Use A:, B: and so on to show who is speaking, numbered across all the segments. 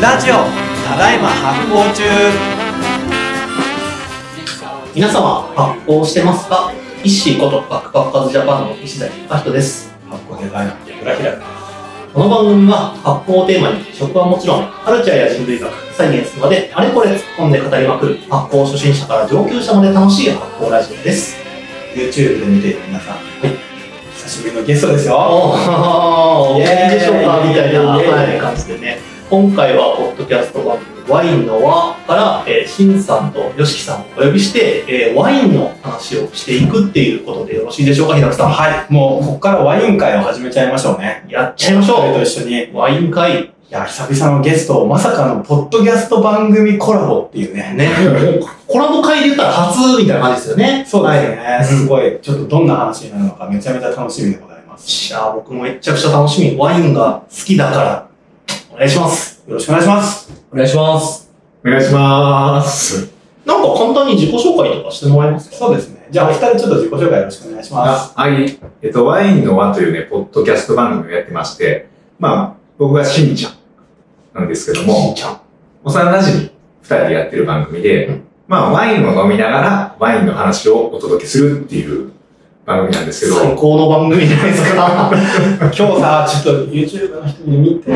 A: ラジオただいま発行中
B: 皆様発行してますかイッシーことバックパッカーズジャパンの石崎明人です
A: 発行デザイナー
C: 裏開く
B: この番組は発行をテーマに食はもちろんカルチャーや人類学サイエンスまであれこれ突っ込んで語りまくる発行初心者から上級者まで楽しい発行ラジオです
A: YouTube で見ている皆さん、
B: い
A: 久しぶりのゲストですよ
B: おーお元気でしょうか
A: イエーイ
B: みたいな、
A: イエーイ
B: はい感じでね今回はポッドキャスト番組「ワインの輪」から、えー、シンさんとヨシキさんをお呼びして、えーワインの話をしていくっていうことでよろしいでしょうか平野さん、
A: はいもうここからワイン会を始めちゃいましょうね
B: やっちゃいまし
A: それ
B: ょ
A: と
B: う
A: 一緒にい
B: ワイン会
A: や久々のゲストまさかのポッドキャスト番組コラボっていうね
B: ねコラボ会で言ったら初みたいな感じですよね
A: そうですね、
B: い
A: すごいちょっとどんな話になるのかめちゃめちゃ楽しみでございます
B: じゃあ僕もめちゃくちゃ楽しみワインが好きだからお願いします
A: よろしくお願いします
D: お願いします。お願いします。
B: なんか簡単に自己紹介とかしてもらえますか
A: そうですねじゃあお二人ちょっと自己紹介よろしくお願いします
D: はい。えっと、ワインの輪というね、ポッドキャスト番組をやってまして、まあ、僕がしんちゃんなんですけど
B: しん
D: も、
B: ちゃん
D: 幼馴染み二人でやってる番組
B: う
D: で、まあ、ワインを飲みながらワインの話をお届けするっていう番組なんですけ
B: 最
D: ど、
B: 高の番組じゃないですか
A: 今日さちょっと YouTube の人に見て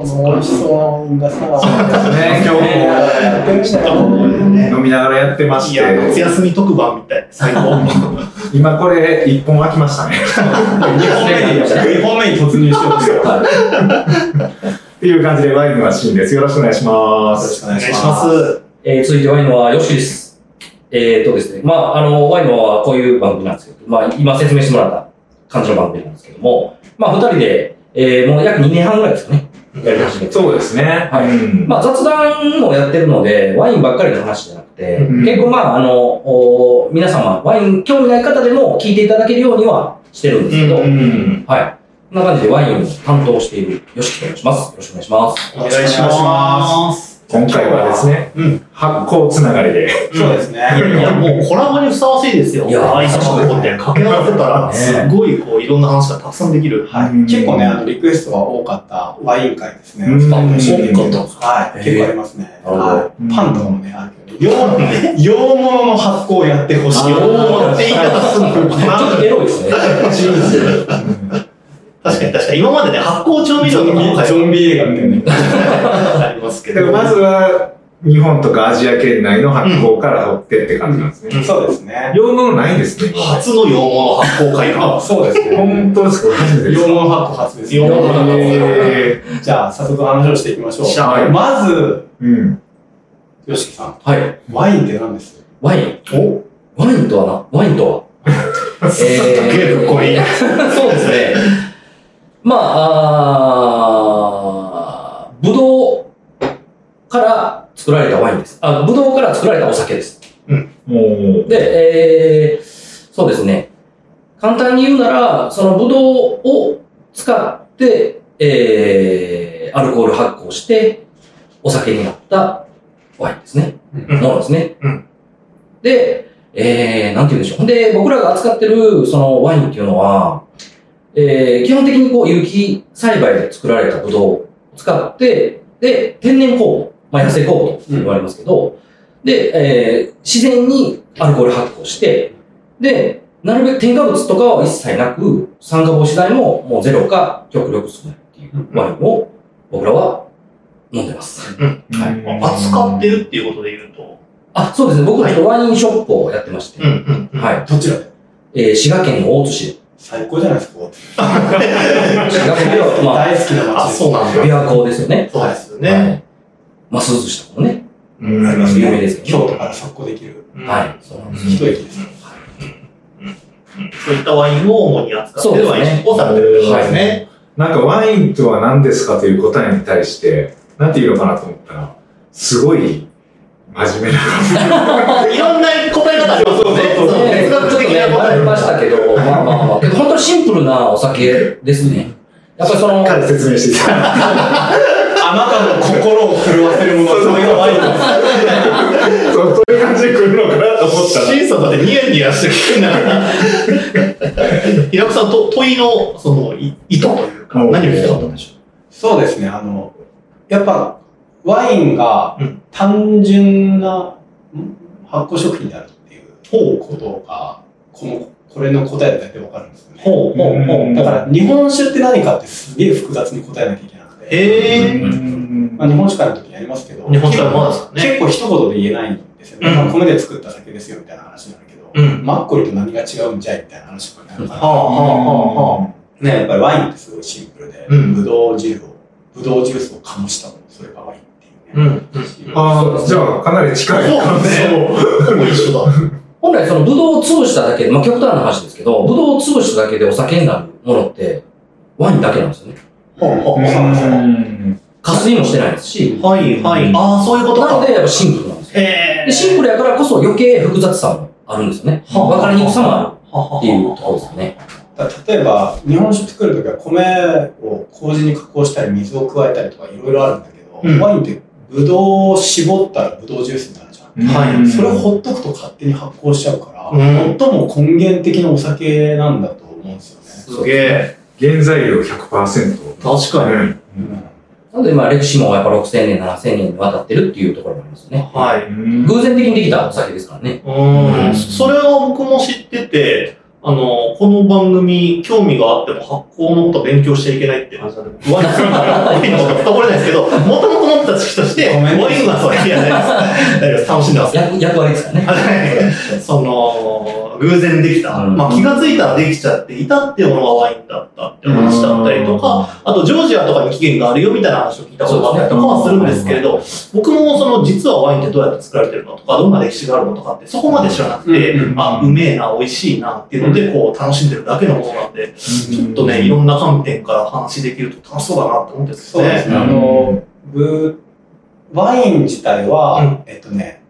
A: この美味しそうなワインがさ
D: そうですね
A: 今日もやってるんだよ
D: 飲みながらやってま し
B: いや、夏
D: て、
B: 休み特番みたい。最高。
D: 今これ一本空きましたね。
A: 2本目に2本目に突入してほしいよろ
D: っていう感じでワインはしんです。よろしくお願いします。
A: しくお
B: お願
A: 願いし
B: いし
A: ます
B: ます。
E: えー続いてワインのはヨッシーです。えー、とですね、まあ、あの、ワインのはこういう番組なんですけど、まあ、今説明してもらった感じの番組なんですけども、まあ、二人で、えー、もう約2年半ぐらいですかね、やり始めて。
D: そうですね。
E: はい
D: うん
E: まあ、雑談もやってるので、ワインばっかりの話じゃなくて、
D: うん
E: 結構まあ、あの、お皆様、ワイン興味ない方でも聞いていただけるようにはしてるんですけど、
D: うん。
E: はい。こんな感じでワインを担当しているヨシキと申します。よろしくお願いします。
B: お願いします。
D: 今回はですね、
B: うん
D: 発酵つながりで、
A: そうですね
B: いや、もうコラボにふさわしいですよ。
E: いや
B: ワインの箱って掛け合わせたら、
E: ね
B: すごいこう、いろんな話がたくさんできる。
A: はい
D: うん
A: 結構ねあのリクエストが多かったワイン会ですね
D: うん
B: 多かっ
A: はい結構ありますね
E: えー
A: はい
D: なるほど
A: パンとかもねあるけど洋洋物の発酵をやってほしい
B: 洋物って言い方すんの
E: ちょっとエロい ですね。
B: 確かに確かに。今までね、発酵調味料とかも
A: ゾンビ映画みたいな
B: ありますけ
D: で
B: ど。
D: まずは日本とかアジア圏内の発酵から取ってって感じなんですね。
A: そうですね。
D: 洋物ないんですね。
B: 初の洋物発酵会か。
A: そうです
D: 本当ですか初めてです
A: 洋物発行発です
B: 洋
A: よ。
B: 物発
D: え
A: じゃあ、早速話をしていきましょう。
D: はい
A: まず、
D: ーうん。
A: よしきさん、
E: はい。
A: ワインって何です
E: ワイン。
A: お
E: ワインとはな、ワインとは。え
B: 結構いい。
E: ー、そうですね。まあ、あーぶどうから作られたワインです。あ、ぶどうから作られたお酒です。
D: もう、
E: で、えー、そうですね。簡単に言うなら、そのぶどうを使って、えー、アルコール発酵して、お酒になったワインですね。
B: うん
E: ものですね。
B: うん
E: で、えー、なんて言うんでしょう。ほんで、僕らが扱ってる、そのワインっていうのは、えー、基本的にこう、有機栽培で作られたブドウを使って、で、天然酵母、まあ、野生酵母と言われますけど、で、えー、自然にアルコール発酵して、で、なるべく添加物とかは一切なく、酸化防止剤ももうゼロか極力少ないっていうワインを僕らは飲んでます。
D: はい
B: 扱ってるっていうことで言うと。
E: あ、そうですね。僕ちょっとワインショップをやってまして、
B: んうん
E: はい。
A: どちらで
E: えー滋賀県の大津市。
A: 最高じゃないですか、大
E: 滋賀県で は、ま
A: 好きな
B: あ、
A: 街です。
B: そうなん
E: あ、
B: だ。
E: 琵琶湖ですよね。
B: そうですよ
E: は
B: ね。
E: い。まあ、鈴したもね。
D: うん
A: あります
E: 有名
A: ね。
E: ですけど
A: 京
E: ね。
A: 都から速攻できる、
E: はい。そうなんです。
A: 一駅です。
B: そういったワインを主に扱ってるワインをされてるんですね。
D: なんかワインとは何ですかという答えに対して、なんて言うのかなと思ったら、すごい真面目な。
B: いろんな答え方ありますよね。
A: そうそうそう
B: その哲
E: ちょっ
B: 学
E: と
B: 的
E: ね、
B: な答
E: 迷
B: え
E: いましたけど、まあまあまあ。けど本当にシンプルなお酒ですね。やっぱりその、
D: から説明していただい
A: あなたの心を震わせるものは、それがワインです。
D: てそうそういう感じで来るのかなと思ったら。
B: 審査だってニヤニヤして聞くんだから。平子さんと問いのそのい意図というか
D: うん
B: 何を言いたかったんでしょ
A: そうですね、あの、やっぱワインが
B: うん
A: 単純な、ん発酵食品であるっていうことが、この、これの答えだけわかるんですよね。
B: ほうほうほ
D: うん
B: う。
A: だから日本酒って何かってすげえ複雑に答えなきゃいけなくて。
B: ええ
A: まあ、日本酒会の時やりますけど、
B: 日本酒会もまだですよね
A: 結構結構一言で言えないんですよね。
B: うん
A: まあ、米で作った酒ですよみたいな話になるけど、
B: うん。
A: マッコリと何が違うんじゃいみたいな話とかになるか
B: はあは
A: ら、
B: あはあはあ。
A: ね、やっぱりワインってすごいシンプルで、
B: うん
A: ぶどう汁を、ぶどうジュースを醸したもの、それがワインっていうね。
B: うん。うん。
D: ああ、じゃあ、かなり近い。
B: そうですね。ほぼ一緒だ。
E: 本来そのブドウを潰しただけで、まあ極端な話ですけど、ブドウを潰しただけでお酒になるものって、ワインだけなんですよね。
B: ほうほう
D: う
B: ほう。
D: ん
E: 加水もしてないですし、
B: はいはい。ああ、そういうこと
E: な
B: か
E: の。でやっぱシンプルなんですよ。
B: へえ。
E: で、シンプルやからこそ余計複雑さもあるんですよね。
B: はあ
E: わかりにくさもある
B: っ
E: っていうところですよね。
A: だから例えば、日本酒作る時は米を麹に加工したり、水を加えたりとかいろいろあるんだけど、
B: うん
A: ワインってぶどうを絞ったらぶどうジュースになるじゃん。
B: はい
A: それをほっとくと勝手に発酵しちゃうから、
B: うん
A: 最も根源的なお酒なんだと思うんですよね。
B: すげえ。
D: 原材料100%。
B: 確かに。
D: う
E: なので、まあ歴史もやっぱ6000年、7000年にわたってるっていうところもありますよね。
B: はい。
D: ん。
E: 偶然的にできたお酒ですからね。
B: うん。それは僕も知ってて、あの、この番組、興味があっても発行のこと勉強しちゃいけないって話なんで、僕ワインのこと深掘れないですけど、もともと持った知識として、
A: ごめんね
B: ワインはそういやないです。大丈夫です。楽しんでます。
E: 役役割ですからね。
B: はいその、偶然できた。
E: うん
B: まあ気がついたらできちゃっていたっていうものがワインだったって話だったりとか、
D: か、
B: あとジョージアとかに期限があるよみたいな話を聞いたことがあったりとかはするんですけれど、僕もその実はワインってどうやって作られてるのとか、どんな歴史があるのとかってそこまで知らなくて、
A: うん
D: うん
B: あ、うめえな、美味しいなっていうのでこう楽しんでるだけのものなんで、
D: ち
B: ちょっとね、いろんな観点から話できると楽しそうだなって思ってるんです
A: そうです
B: ね。
A: ね。あの、ブワイン自体は、
B: うん
A: えっとね、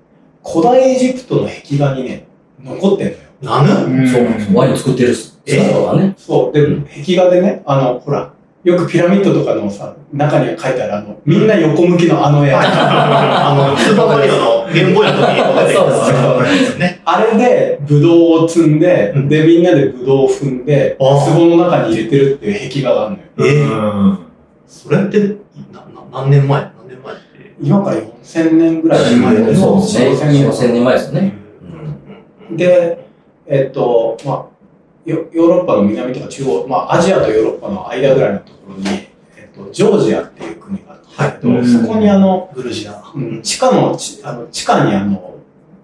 A: 古代エジプトの壁画にね、残ってんのよ。
B: なぬ
E: そうなんですよ。ワイン作ってる姿とかね。
A: そう。で、
E: うん
A: 壁画でね、あの、ほら、よくピラミッドとかのさ、中には書いてあるあの、みんな横向きのあの絵。
B: あの、スーパーマリオのゲームボーイの時に出てきたですね。
A: あれで、ブドウを積んで、
B: うん
A: で、みんなでブドウを踏んで、
B: あー
A: 壺の中に入れてるっていう壁画があるのよ。
B: えーそれって、なな何年前何年前って。
A: 今から4000年ぐらい前
B: うん
E: そう
A: の
E: ですね。
A: 4000
E: 4000年前ですよね。
B: うん
A: で、えっと、まあ、ヨヨーロッパの南とか中央、まあ、アジアとヨーロッパの間ぐらいのところに、えっと、ジョージアっていう国があるんですけど、
D: はい
A: そこにあの、
B: グルジア。
A: うん地下のち、あの地下にあの、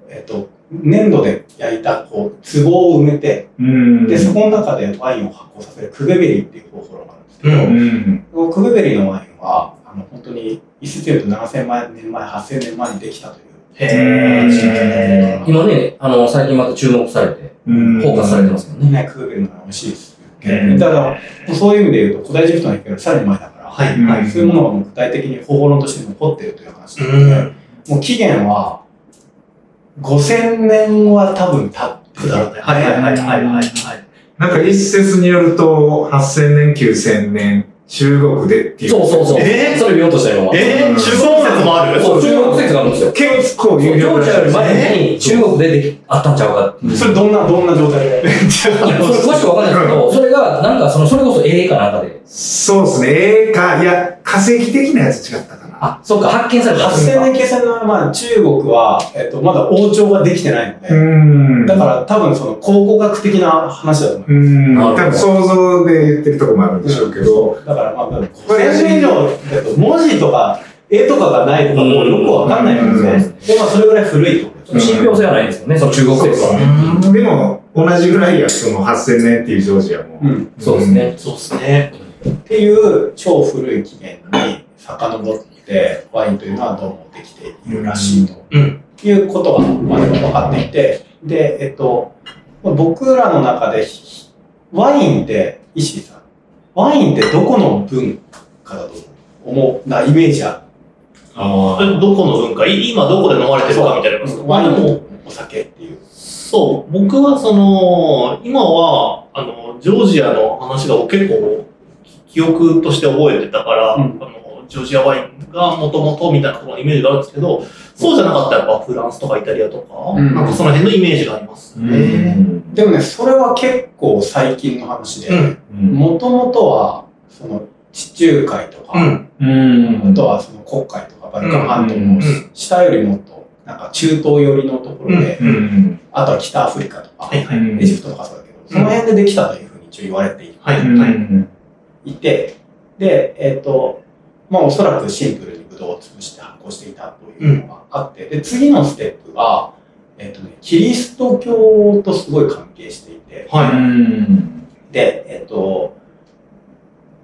A: えっと、粘土で焼いた、こう、壺を埋めて、
D: うん。
A: で、そこの中でワインを発酵させるクベベリーっていう方法があるんですけ
B: う
A: ど、
D: うん。
A: このクベベリーのワインは、あの、本当に、1世紀と7000万年前、8000年前にできたという、
B: へ
D: へ
B: ー。
E: 今ね、あの、最近また注目されて、
D: う
E: フ
D: ん。
E: ォーカスされてますけどね。
A: ね、クーベルのが美味しいですけど
D: う
A: ね。
D: ん
A: ただ、そういう意味で言うと、古代エジプトの影響よりさらに前だから、
B: はい、
D: うん
B: はい。
A: そういうものがもう具体的に方法論として残っているという話なので、
B: うん。
A: もう期限は、5000年は多分経って
B: くだらない。はい、はい、はい、はい、はいはい。
D: なんか一説によると、8000年、9000年、中国でっていう。
E: そうそうそう。
B: えー
E: それ見ようとした今。
B: えー、中国説もある
E: そう、中国説があるんですよ。
D: 結構
E: そう
D: 有
E: ジョ
D: 力
E: ージアより
D: な
E: 前に中国でできあったんちゃうかっていう。
A: それどんな、どんな状態で
E: それ詳しくわかんないですけど、それが、なんかその、それこそ A かなんかで。
D: そうですね。ええか、いや、化石的なやつ違ったかな。
E: あ、そっか、発見された。
A: ?8000 年、9000年は、まあ、中国は、えっと、まだ王朝ができてないの
D: う
A: で、
D: ん。
A: だから多分その考古学的な話だと思う。
D: うん。
E: なる
D: 多
E: ほど
D: 分想像で言ってるとこもあるんでしょうけど。
A: だからまあ、5000年以上だと文字とか絵とかがないとかもうよくわかんないんですね。で、まあそれぐらい古いと思う。
E: その信憑性はないんですよね、その中国説
D: そう
E: は。
B: うん
D: でも、同じぐらいや、その8000年っていうジョージアも。
A: うん。
E: そうですね。
B: そうですね。
A: っていう超古い起源に遡ってワインというのはどうもできているらしいと
B: うん。
A: いうことがまあでも分かっていてでえっとまあ僕らの中でひワインって石井さんワインってどこの文化だと思うなイメージあ
D: あ
B: えどこの文化い今どこで飲まれてるかみたいなことです
A: る
B: か
A: ワイ
B: まあ
A: ン
B: でも
A: とお酒っていう
B: そう、僕はその、今は、あの、ジョージアの話が結構、記憶として覚えてたから、
A: うん
B: あの、ジョージアワインがもともとみたいなところのイメージがあるんですけど、そうじゃなかったらやっぱフランスとかイタリアとか、
A: うん
B: なんかその辺のイメージがあります
D: うん
B: ね。
A: でもねそれは結構最近の話
B: う
A: で
B: ん。
D: うん
A: もともとはその地中海とか、
B: うん。
D: うん
A: あとはその黒海とかバルカン半島の下よりもっと、なんか中東寄りのところで、
D: うん。
A: あとは北アフリカとか、
B: はいはい。
D: うん
A: エジプトとかそうだけど、その辺でできたというふうに一応言われて
B: は
D: う
B: い。
D: ん
B: はい。
A: いて、で、えっ、と、まあおそらくシンプルにブドウを潰して発酵していたというのがあって、で、次のステップが、えっ、とね、キリスト教とすごい関係していて、
B: は
D: うん
A: で、えっと、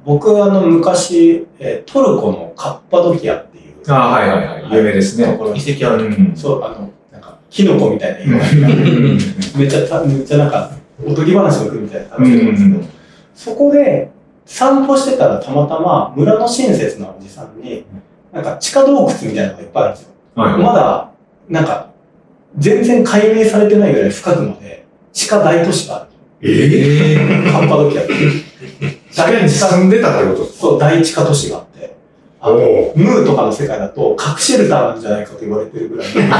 A: 僕はあの昔、えートルコのカッパドキアっていう
D: ああ、はいはいはい。有名です
A: と
D: ね。
A: ころに、
B: い。遺跡ある。
A: そう、あの、なんか、キノコみたいな色が
D: うん
A: めっちゃた、めっちゃなんか、おとぎ話が来るみたいな感じなんですけど、そこで散歩してたらたまたま村の親切なおじさんに、なんか地下洞窟みたいなのがいっぱいあるんですよ。
D: はい
A: まだ、なんか、全然解明されてないぐらい深くまで、地下大都市がある。
D: ええ。
A: カッパドキアっていう。
D: 試験に進んでたってこと
A: そう、第一化都市があって、あの、
D: お
A: ムーとかの世界だと、核シェルターなんじゃないかと言われてるぐらい、とんでも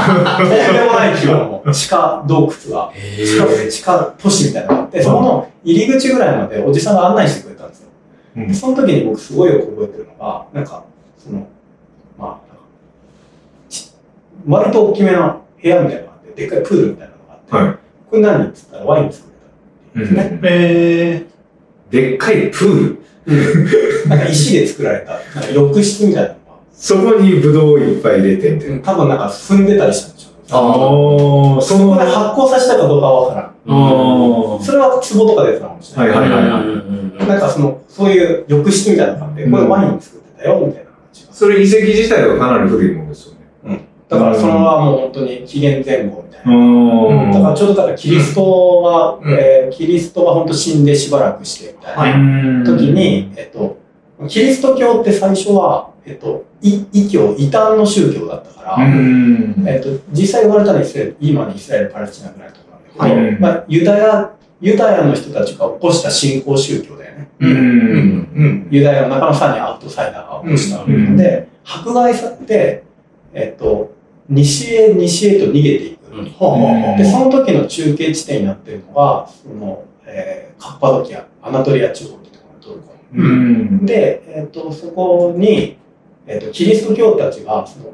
A: ない規模の地下洞窟が、地下地下都市みたいなのがあって、そこの入り口ぐらいまでおじさんが案内してくれたんですよ。
D: うん
A: でその時に僕すごいよく覚えてるのが、なんか、その、まあ、なんかち割と大きめな部屋みたいなのがあって、でっかいプールみたいなのがあって、
D: はい
A: これ何って言ったらワイン作れたっていうんですね。
B: え
D: でっかいプール。
A: なんか石で作られた、なんか浴室みたいなのが
D: そこにブドウをいっぱい入れてみたいな。
A: 多分なんか踏んでたりしたんでしょうね。
E: あ
D: ああ、
A: そ
D: そ
A: こ
D: の、
A: で発酵させたかどうかはわから
D: ああ
A: ん。それは壺とかでやってたかもしれない。
D: はいはいはい
A: なんかその、そういう浴室みたいなのがあって、これワイン作ってたよ、みたいな話が。
D: それ遺跡自体はかなり古いものですよね。
A: だからそれはもう本当に紀元前後みたいな。
D: うん
A: だからちょうどだからキリストは、
B: うん
A: えーキリストが本当死んでしばらくしてみたいな
B: はい
A: 時に、、えっと、キリスト教って最初は、えっと、い異教、異端の宗教だったから、
D: うん。
A: えっと、実際言われたらイスラエル、今のイスラエル、パレスチナぐらいのとか
B: は
A: なんだけど、
D: い
A: まあ、ユダヤ、ユダヤの人たちが起こした新興宗教だよね。
B: うん
D: うん。
B: ー。うん。
A: ユダヤの中のさらにアウトサイダーが起こしたわけなので、迫害されて、えっと、西へ西へと逃げていく。
E: うん
D: はあ
A: で、その時の中継地点になっているのが、その、えーカッパドキア、アナトリア地方ってところのトルコの
D: うん。
A: で、えっとそこに、えっとキリスト教徒たちがその、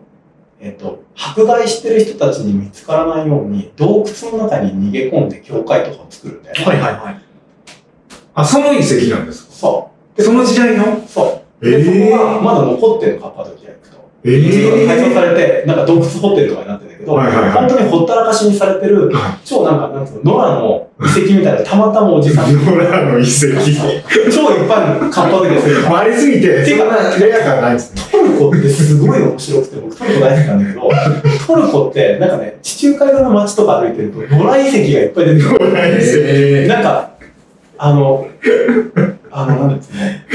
A: えっと迫害してる人たちに見つからないように洞窟の中に逃げ込んで教会とかを作るんだよね。
B: はいはいはい。
D: あ、その遺跡なんですか
A: そ
D: その時代の
A: う。そう。
D: え
A: で、そこが
D: え
A: まだ残ってるのカッパドキア行くと。
D: え
A: 一部が改
D: え
A: 装されて、なんか洞窟ホテルとかになってるんだけど、
D: はいはいはい
A: 本当にほったらかしにされてる
D: は、
A: 超なんか、なんつうの、ノラの遺跡みたいな、たまたまおじさ ん、
D: ノラの遺跡。
A: 超いっぱいのカッパドキアする。
D: 回りすぎて、
A: ていう
D: そん
A: か
D: なレア感ないですね。
A: トルコってすごい面白くて、僕トルコ大好きなんだけど、トルコってなんかね、地中海側の街とか歩いてると、野良遺跡がいっぱい出てくる。
D: え
A: なんか、あの、あの、なんですね、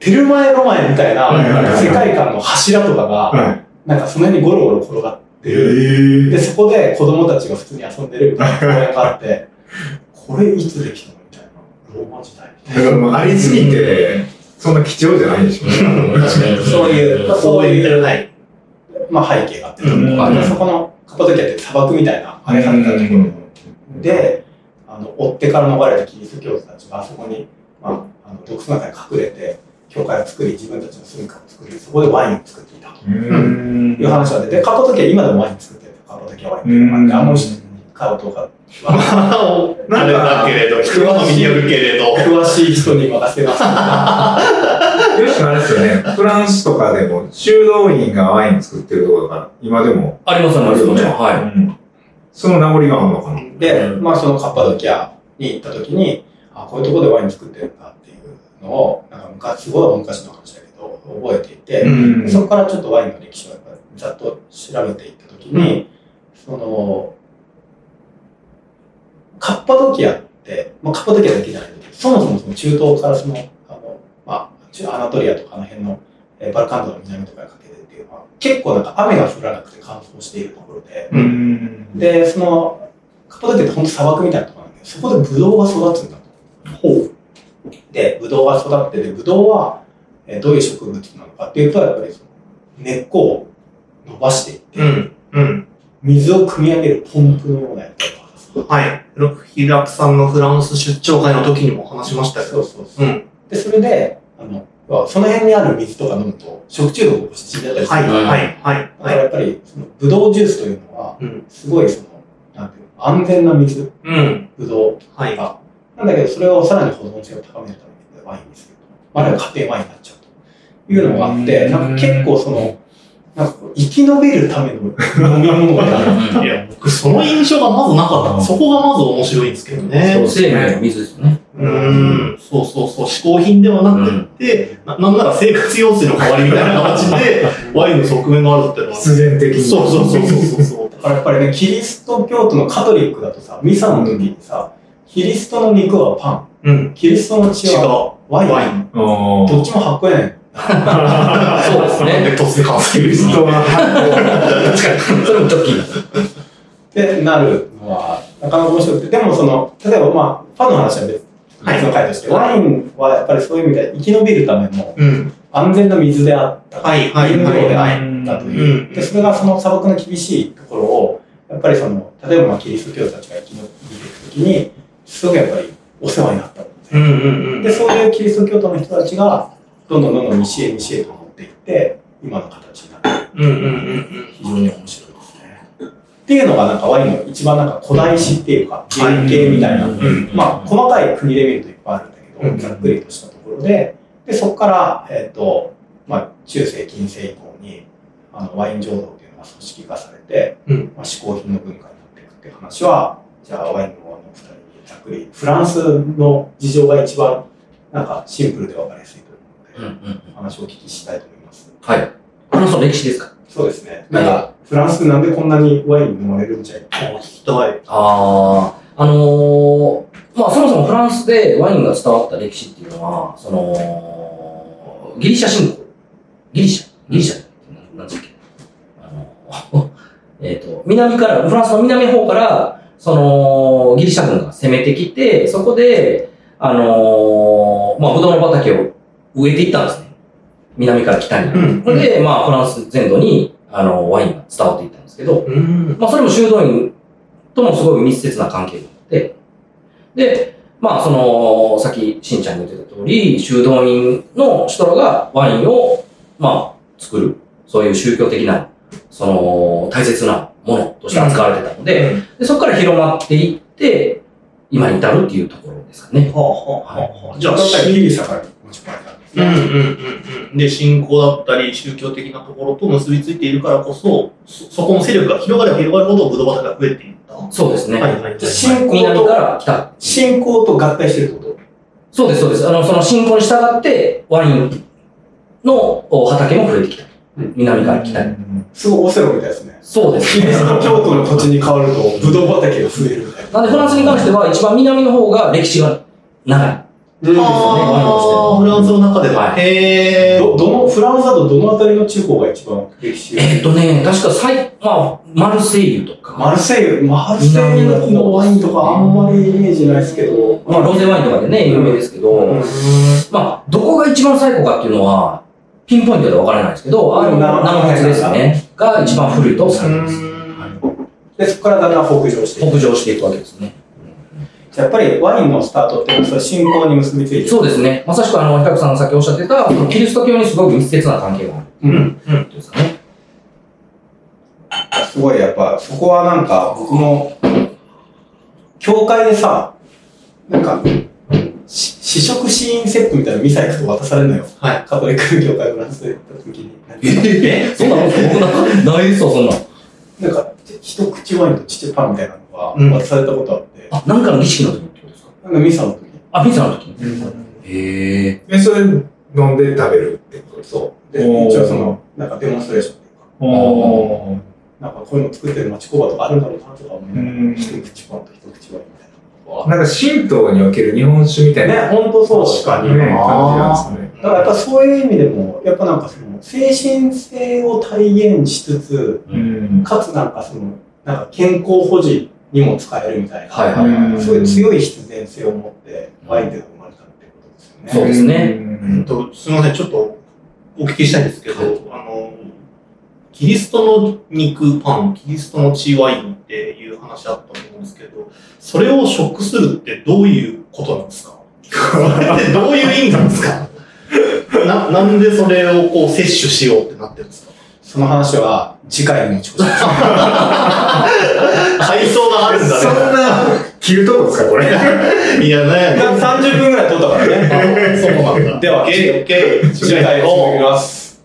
A: テルマエロマエみたいな
D: はいはいはい
A: 世界観の柱とかが、
D: はい。
A: なんかその辺にゴロゴロ転がってる。で、
D: え
A: そこで子供たちが普通に遊んでるみたいな公園があって、これいつできたのみたいな。ローマ時代みたいな。
D: だからもうありすぎて、そんな貴重じゃないでしょ。
A: そういう、まあそういう、
B: はい。
A: まあ、背景があって、
B: うん
A: あのそこのカッパドキアって砂漠みたいな荒れ果てたところで、あの追ってから逃れたキリスト教徒たちがあそこに、まあ、あの洞窟の中に隠れて教会を作り自分たちの住みかを作りそこでワインを作っていたと
D: うーん
A: いう話が出てカッパドキア今でもワイン作ってるカッパドキアワインっていうのがあってあんま美味しい買うとか
B: なんだけれど、人の身によるけれど。
A: 詳しい人に任せます
D: よし、あれですよね。フランスとかでも、修道院がワイン作ってるところだから、今でも。
E: ありますありますよね。は
D: うんその名残があるのかな。
A: で、まあ、そのカッパドキアに行った時にあこういうところでワイン作ってるんだっていうのをなんか昔すごい昔の話だけど覚えていて、
D: うん
A: そこからちょっとワインの歴史をやっぱりざっと調べていったときに、その、カッパドキアって、まあ、カッパドキアだけじゃないんだけど、そもそもその中東からその、あの、まあ、中アナトリアとかあの辺の、えーバルカンドの南とかにかけてっていうのは、結構なんか雨が降らなくて乾燥しているところで、
D: うーん
A: で、その、カッパドキアって本当砂漠みたいなところなんだけど、そこでブドウが育つんだと。で、ブドウが育ってて、ブドウは、えーどういう植物なのかっていうと、やっぱりその根っこを伸ばしていって、
B: うん。うん。
A: 水を汲み上げるポンプのようなやつとかさ
B: はい。ロクヒラクさんのフランス出張会の時にも話しましたけ
A: そ
B: ど。
A: うそうそう。
B: うん
A: で、それで、あの、要はか、その辺にある水とか飲むと、食中毒を起こして死んじゃったりす
B: は
A: る
B: い、。はい、はい、
A: だか
B: は
A: ら
B: い。
A: やっぱり、その、ブドウジュースというのは
B: うん、
A: すごい、その、なんていうの、安全な水、
B: うん。
A: ブドウ。
B: はい。
A: なんだけど、それをさらに保存性を高めるためにワインにすると。あるいは家庭ワインになっちゃうというのもあって、
D: うん
A: なんか結構その、なんかこう生き延びるための飲み物がある。
B: いや、僕、その印象がまずなかった。そこがまず面白いんですけどね。
E: そう、生命の水ですよね。
B: うーん、そうそうそう、嗜好品ではなくって、ななんなら生活用水の代わりみたいな形で、ワインの側面があるっていうのは。
D: 必然的に。
B: そうそうそうそうそうそう。
A: だからやっぱりね、キリスト教徒のカトリックだとさ、ミサの時にさ、キリストの肉はパ
B: うん、
A: ン、キリストの血
B: 違う。
A: はワイン。
B: ワイン。
D: あ
A: どっちも発酵やねん。
E: そうです
B: なん
E: ね。
B: で突然完
D: ーキ
B: 成
D: リストは
E: それもドッキリ。
A: ってなるのは、なかなか面白くて。でもその、例えばまあ、パンの話は別
B: はい
A: 別の回として、ワインはやっぱりそういう意味で生き延びるための
B: うん。
A: 安全な水であった。
B: はいはい
A: 飲
B: は
A: 料
B: い
A: で
B: は
A: あ
B: い。
A: ったと
B: う
A: いう。
B: ん
A: で、。それがその砂漠の厳しいところを、やっぱりその、例えばまあキリスト教徒たちが生き延びていくときに、すごくやっぱりお世話になった。
B: うんうんうん。
A: で、そういうキリスト教徒の人たちが、どんどんどんどん西へ西へと持っていって、今の形になって、
B: うんうんうんうん。
A: 非常に面白いですね。っていうのがなんかワインの一番なんか古代史っていうか、原型みたいな、
B: ん
A: まあ、細かい国で見るといっぱいあるんだけ
B: うん
A: ど、ざっくりとしたところで、で、そこから、えっ、と、まあ、中世、近世以降に、あの、ワイン醸造っていうのが組織化されて、
B: うん
A: まあ、嗜好品の文化になっていくっていう話は、じゃあ、ワインのお二人にざっくり、フランスの事情が一番、なんか、シンプルで分かりやすいと
E: う
A: 思うん
E: う
A: ので、
E: ん。
A: お話をお聞きしたいと思います。
E: はい。フランスの歴史ですか
A: そうですね。なんか、フランスなんでこんなにワイン飲まれるんじゃい
B: あひどい。
E: ああ、あのーまあそもそもフランスでワインが伝わった歴史っていうのは、その、ギリシャ侵攻。ギリシャギリシャななんつうっけあのー えっと、南から、フランスの南の方から、その、ギリシャ軍が攻めてきて、そこで、あのーまあ、ブドウの畑を植えていったんですね。南から北に。
B: うん
E: これで、まあ、フランス全土に、あの、ワインが伝わっていったんですけど、
B: うん。
E: まあ、それも修道院ともすごい密接な関係があって、で、まあ、その、さっき、しんちゃんが言ってた通り、修道院の人らがワインを、まあ、作る、そういう宗教的な、その、大切なものとして扱われてたので、でそこから広まっていって、今に至るっていうところですかね。
B: はあはあはあはあ。じゃあ、
A: だったらギリシャから持ち込まれたんです
B: うん
A: ね。
B: うんうんうん。で、信仰だったり、宗教的なところと結びついているからこそ、そ、そこの勢力が広がれば広がるほど、ブドウ畑が増えていった。は
E: そうです
B: い
E: ね。
B: はいはい。
A: じゃあ信仰
E: 南
A: と
E: か、ら来た。
A: 信仰と合体してるってこと
E: そうです、そうです。あの、その信仰に従って、ワインのお畑も増えてきた。南から来た。
A: すごいオセロみたいですね。
E: そうで
A: キ
E: す
A: リ
E: ね
A: ス。ト教徒の土地に変わると、ブドウ畑が増えるみたいな。
E: なんでフランスに関しては一番南の方が歴史が長い。
B: ああ、フランスの中で
E: は
B: は。
E: い
B: へえ。
A: ど、どの、フランスだとどのあたりの地方が一番歴史が
E: えっとね、確か最、まあ、マルセイユとか、
A: マルセイユ、マルセイユのワインとかあんまりイメージないですけど、
E: まあ、ロゼワインとかでね、有名ですけど、
A: うん
E: まあ、どこが一番最古かっていうのは、ピンポイントでわからないですけど、あの、
A: うんな
E: 南仏ですね、が一番古いとされてます。
A: で、そこからだんだん北上していく
E: 北上していくわけですね。
A: じゃあやっぱりワインのスタートっていうのはその信仰に結びついてる。
E: そうですね。まさしくあの、ヒカルさんがさっきおっしゃってた、キリスト教にすごく密接な関係がある
B: うん。うん。
E: っていうですかね。
A: すごいやっぱ、そこはなんか僕も、教会でさ、なんか、し試食シーンセットみたいなミサ行くと渡されるのよ。
B: は
A: カトリック教会フランスで行った時に。
B: え
E: そんなこと、僕な、ないですよ、そんな。
A: なんか、一口ワインとちっちゃいパンみたいなのが
B: うん
A: 渡されたことあって、
E: あ、なんかの儀式の時ってことですか
A: なんかミサの時に。
E: あ、ピザの時に。
D: うん
E: へえ。
D: え、それ飲んで食べるってこと
A: そう。で、
D: おー
A: 一応その、なんかデモンストレーションっていうか、
E: お
A: なんかこういうの作ってる町工場とかあるんだろうなとか思いなが
D: う
A: ら、
D: ん
A: 一口パンと一口ワインみたいなのが
D: なんか神道における日本酒みたいな、
A: ね、本当そう確か
D: ね、
A: に。
D: 感じなんです
A: だ
D: ね。
A: からやっぱそういう意味でも、やっぱなんかその、精神性を体現しつつ、
E: う
D: うん。
A: かつなんかその、なんか健康保持にも使えるみたいな、
E: はいはいはい。
D: うん
A: そういう強い必然性を持って、ワインで生まれたってことですよね。
E: そうですね
B: えっと、すみません、ちょっとお聞きしたいんですけど、
E: はい
B: あの、キリストの肉パン、キリストの血ワインっていう話あったと思うんですけど、それを食する ってどういうことなんですかそれってどういう意味なんですかな、なんでそれをこう摂取しようってなってるんですか
A: その話は次回に持ち越します。
B: 階層があるん
D: そ
B: だ
D: んな、着るとこですか、これ。
B: ね。いや ね。
A: 30分ぐらい撮ったからね。
B: そうなん だ。
A: では、
B: OK OK
A: 次回を続きます。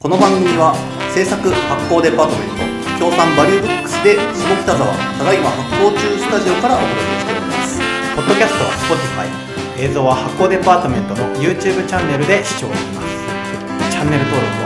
C: この番組は制作発行デパートメント協賛バリューブックスで下北沢ただいま発行中スタジオからお届けしておりますポッドキャストは Spotify 映像は発行デパートメントの YouTube チャンネルで視聴できますチャンネル登録